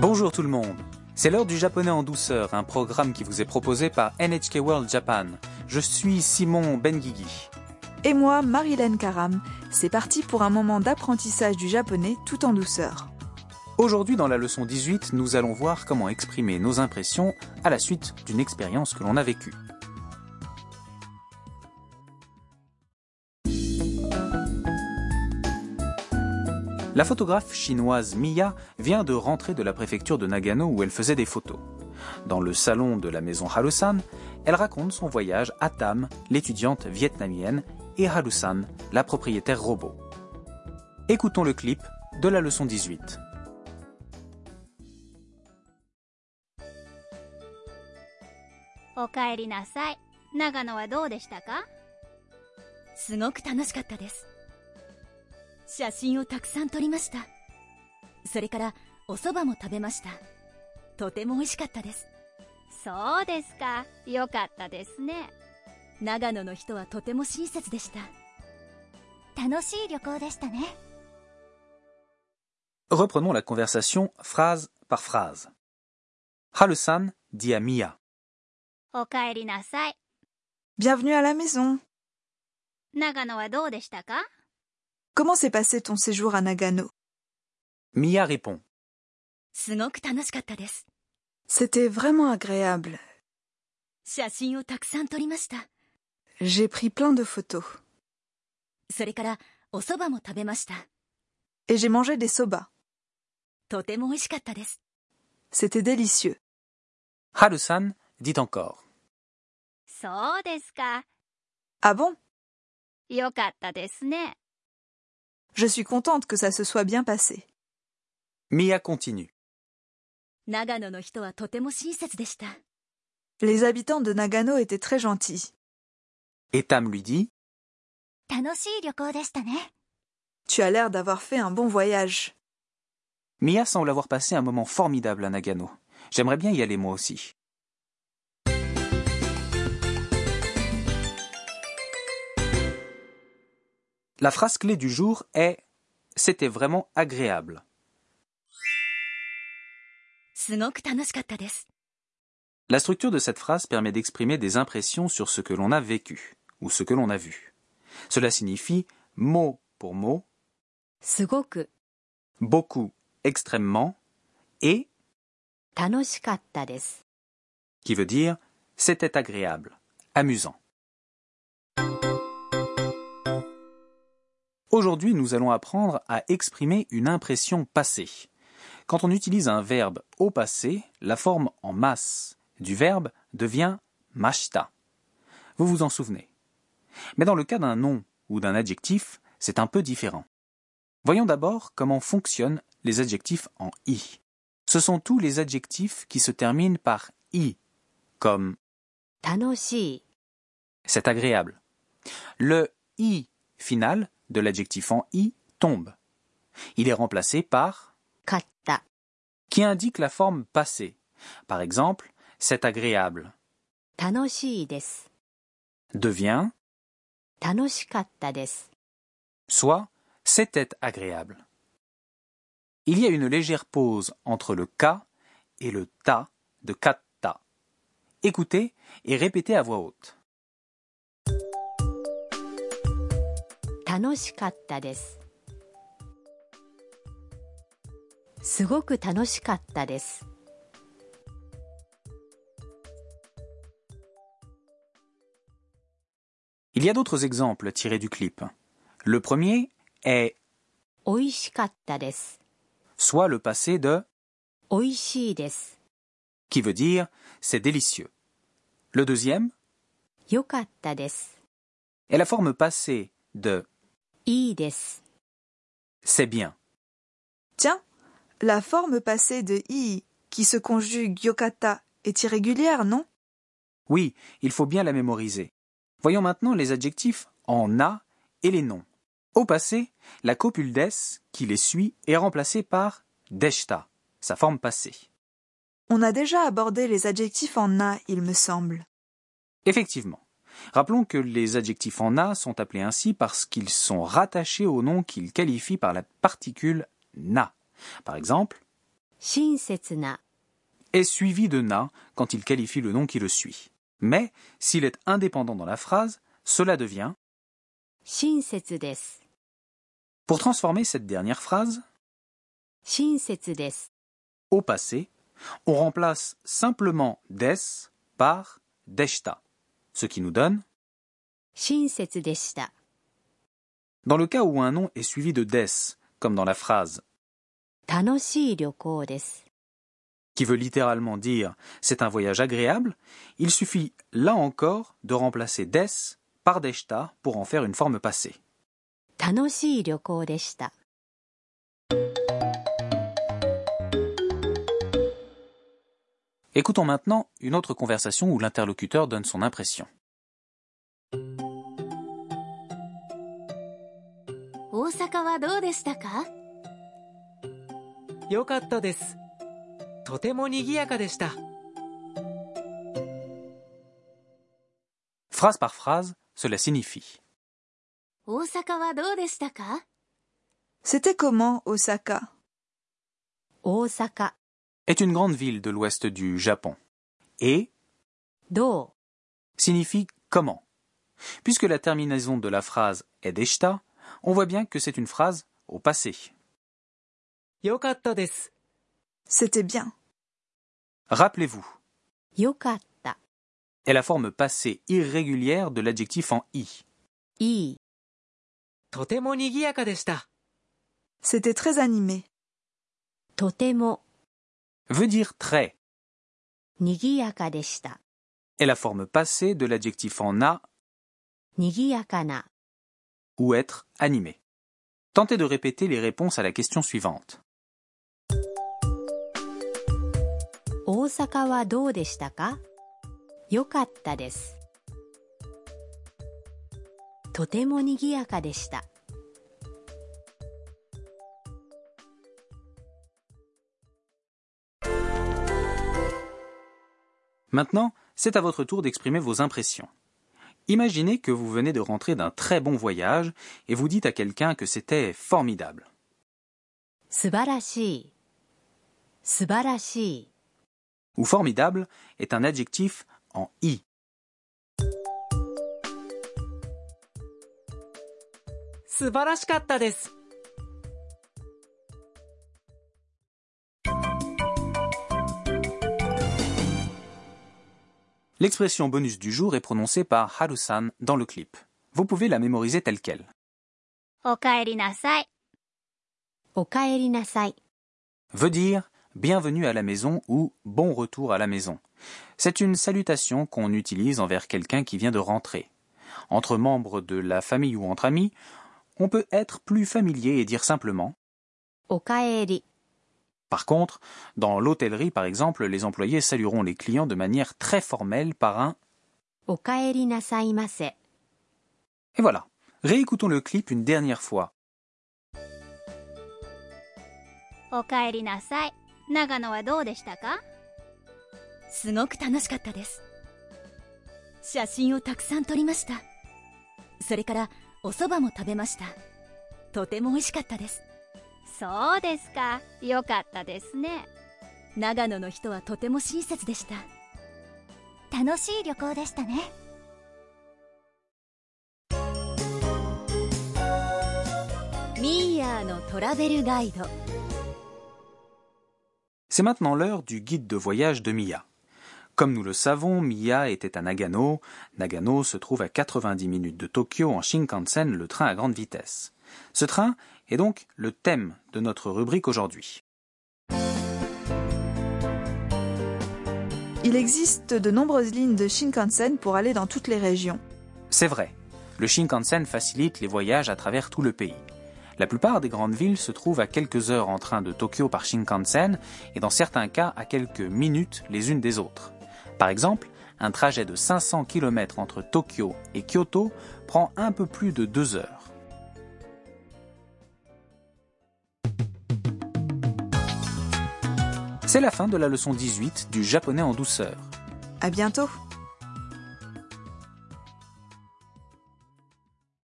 Bonjour tout le monde. C'est l'heure du japonais en douceur, un programme qui vous est proposé par NHK World Japan. Je suis Simon Benguigui. Et moi, Marilène Karam, c'est parti pour un moment d'apprentissage du japonais tout en douceur. Aujourd'hui, dans la leçon 18, nous allons voir comment exprimer nos impressions à la suite d'une expérience que l'on a vécue. La photographe chinoise Miya vient de rentrer de la préfecture de Nagano où elle faisait des photos. Dans le salon de la maison Harusan, elle raconte son voyage à Tam, l'étudiante vietnamienne, et Harusan, la propriétaire robot. Écoutons le clip de la leçon 18. おかえりなさい長野はどうでしたかすごく楽しかったです写真をたくさん撮りましたそれからお蕎麦も食べましたとても美味しかったですそうですかよかったですね長野の人はとても親切でした楽しい旅行でしたね Reprenons la conversation phrase par phrase. Harusan dit à Miya おかえりなさい Bienvenue à la maison. 長野はどうでしたか Comment s'est passé ton séjour à Nagano Miya répond すごく楽しかったです C'était vraiment agréable. 写真をたくさん撮りました J'ai pris plein de photos. それからお蕎麦も食べました Et j'ai mangé des soba. とても美味しかったです C'était délicieux. Harusan dit encore そうですか Ah bon よかったですね Je suis contente que ça se soit bien passé. Mia continue 長野の人はとても親切でした Les habitants de Nagano étaient très gentils. et Tam lui dit 楽しい旅行でしたね Tu as l'air d'avoir fait un bon voyage. Mia semble avoir passé un moment formidable à Nagano. J'aimerais bien y aller moi aussi. La phrase clé du jour est C'était vraiment agréable. すごく楽しかったです La structure de cette phrase permet d'exprimer des impressions sur ce que l'on a vécu ou ce que l'on a vu. Cela signifie mot pour mot, すごく beaucoup, extrêmement et 楽しかったです qui veut dire c'était agréable, amusant. Aujourd'hui, nous allons apprendre à exprimer une impression passée. Quand on utilise un verbe au passé, la forme en masse du verbe devient mashita. Vous vous en souvenez. Mais dans le cas d'un nom ou d'un adjectif, c'est un peu différent. Voyons d'abord comment fonctionnent les adjectifs en i. Ce sont tous les adjectifs qui se terminent par i, comme 楽しい c'est agréable. Le i final de l'adjectif en i tombe. Il est remplacé par かった qui indique la forme passée. Par exemple, c'est agréable 楽しいです devient 楽しかったです soit c'était agréable. Il y a une légère pause entre le ka et le ta de katta. Écoutez et répétez à voix haute. 楽しかったですすごく楽しかったです Il y a d'autres exemples tirés du clip. Le premier est 美味しかったです soit le passé de 美味しいです qui veut dire c'est délicieux. Le deuxième 良かったです est la forme passée de いいです c'est bien. Tiens, la forme passée de i qui se conjugue yokata est irrégulière, non Oui, il faut bien la mémoriser. Voyons maintenant les adjectifs en a et les noms. Au passé, la copule des qui les suit est remplacée par deshta, sa forme passée. On a déjà abordé les adjectifs en a, il me semble. Effectivement. Rappelons que les adjectifs en a sont appelés ainsi parce qu'ils sont rattachés au nom qu'ils qualifient par la particule na. Par exemple, 親切な est suivi de na quand il qualifie le nom qui le suit. Mais s'il est indépendant dans la phrase, cela devient 親切です pour transformer cette dernière phrase 親切です au passé, on remplace simplement des par deshta, ce qui nous donne 親切でした dans le cas où un nom est suivi de des, comme dans la phrase 楽しい旅行です qui veut littéralement dire c'est un voyage agréable, il suffit là encore de remplacer des par deshta pour en faire une forme passée. 楽しい旅行でした Écoutons maintenant une autre conversation où l'interlocuteur donne son impression. 大阪はどうでしたか良かったです。とても賑やかでした。 Phrase par phrase, cela signifie 大阪はどうでしたか C'était comment Osaka 大阪 est une grande ville de l'ouest du Japon et ど signifie comment. Puisque la terminaison de la phrase est deshta, on voit bien que c'est une phrase au passé. 良かったです。 C'était bien. Rappelez-vous, うよかった est la forme passée irrégulière de l'adjectif en i. いいとても賑やかでした。 C'était très animé. とても veut dire très, にぎやかでした。 est la forme passée de l'adjectif en a にぎやかな、 ou être animé. Tentez de répéter les réponses à la question suivante. 大阪はどうでしたかよかったです。とてもにぎやかでした。 Maintenant, c'est à votre tour d'exprimer vos impressions. Imaginez que vous venez de rentrer d'un très bon voyage et vous dites à quelqu'un que c'était formidable. 素晴らしい。素晴らしい。 Ou formidable est un adjectif en i. 「素晴らしかったです」 L'expression bonus du jour est prononcée par Harusan dans le clip. Vous pouvez la mémoriser telle qu'elle. おかえりなさいおかえりなさい。 veut dire bienvenue à la maison ou bon retour à la maison. C'est une salutation qu'on utilise envers quelqu'un qui vient de rentrer. Entre membres de la famille ou entre amis, on peut être plus familier et dire simplement. おかえり。 Par contre, dans l'hôtellerie par exemple, les employés salueront les clients de manière très formelle par un おかえりなさいませ。 et voilà. Réécoutons le clip une dernière fois. おかえりなさい長野はどうでしたかすごく楽しかったです写真をたくさん撮りましたそれからお蕎麦も食べましたとても美味しかったですそうですかよかったですね長野の人はとても親切でした楽しい旅行でしたね「ミーヤーのトラベルガイド」 C'est maintenant l'heure du guide de voyage de Mia. Comme nous le savons, Mia était à Nagano. Nagano se trouve à 90 minutes de Tokyo en Shinkansen, le train à grande vitesse. Ce train est donc le thème de notre rubrique aujourd'hui. Il existe de nombreuses lignes de Shinkansen pour aller dans toutes les régions. C'est vrai, le Shinkansen facilite les voyages à travers tout le pays. La plupart des grandes villes se trouvent à quelques heures en train de Tokyo par Shinkansen et dans certains cas à quelques minutes les unes des autres. Par exemple, un trajet de 500 km entre Tokyo et Kyoto prend un peu plus de deux heures. C'est la fin de la leçon 18 du japonais en douceur. À bientôt.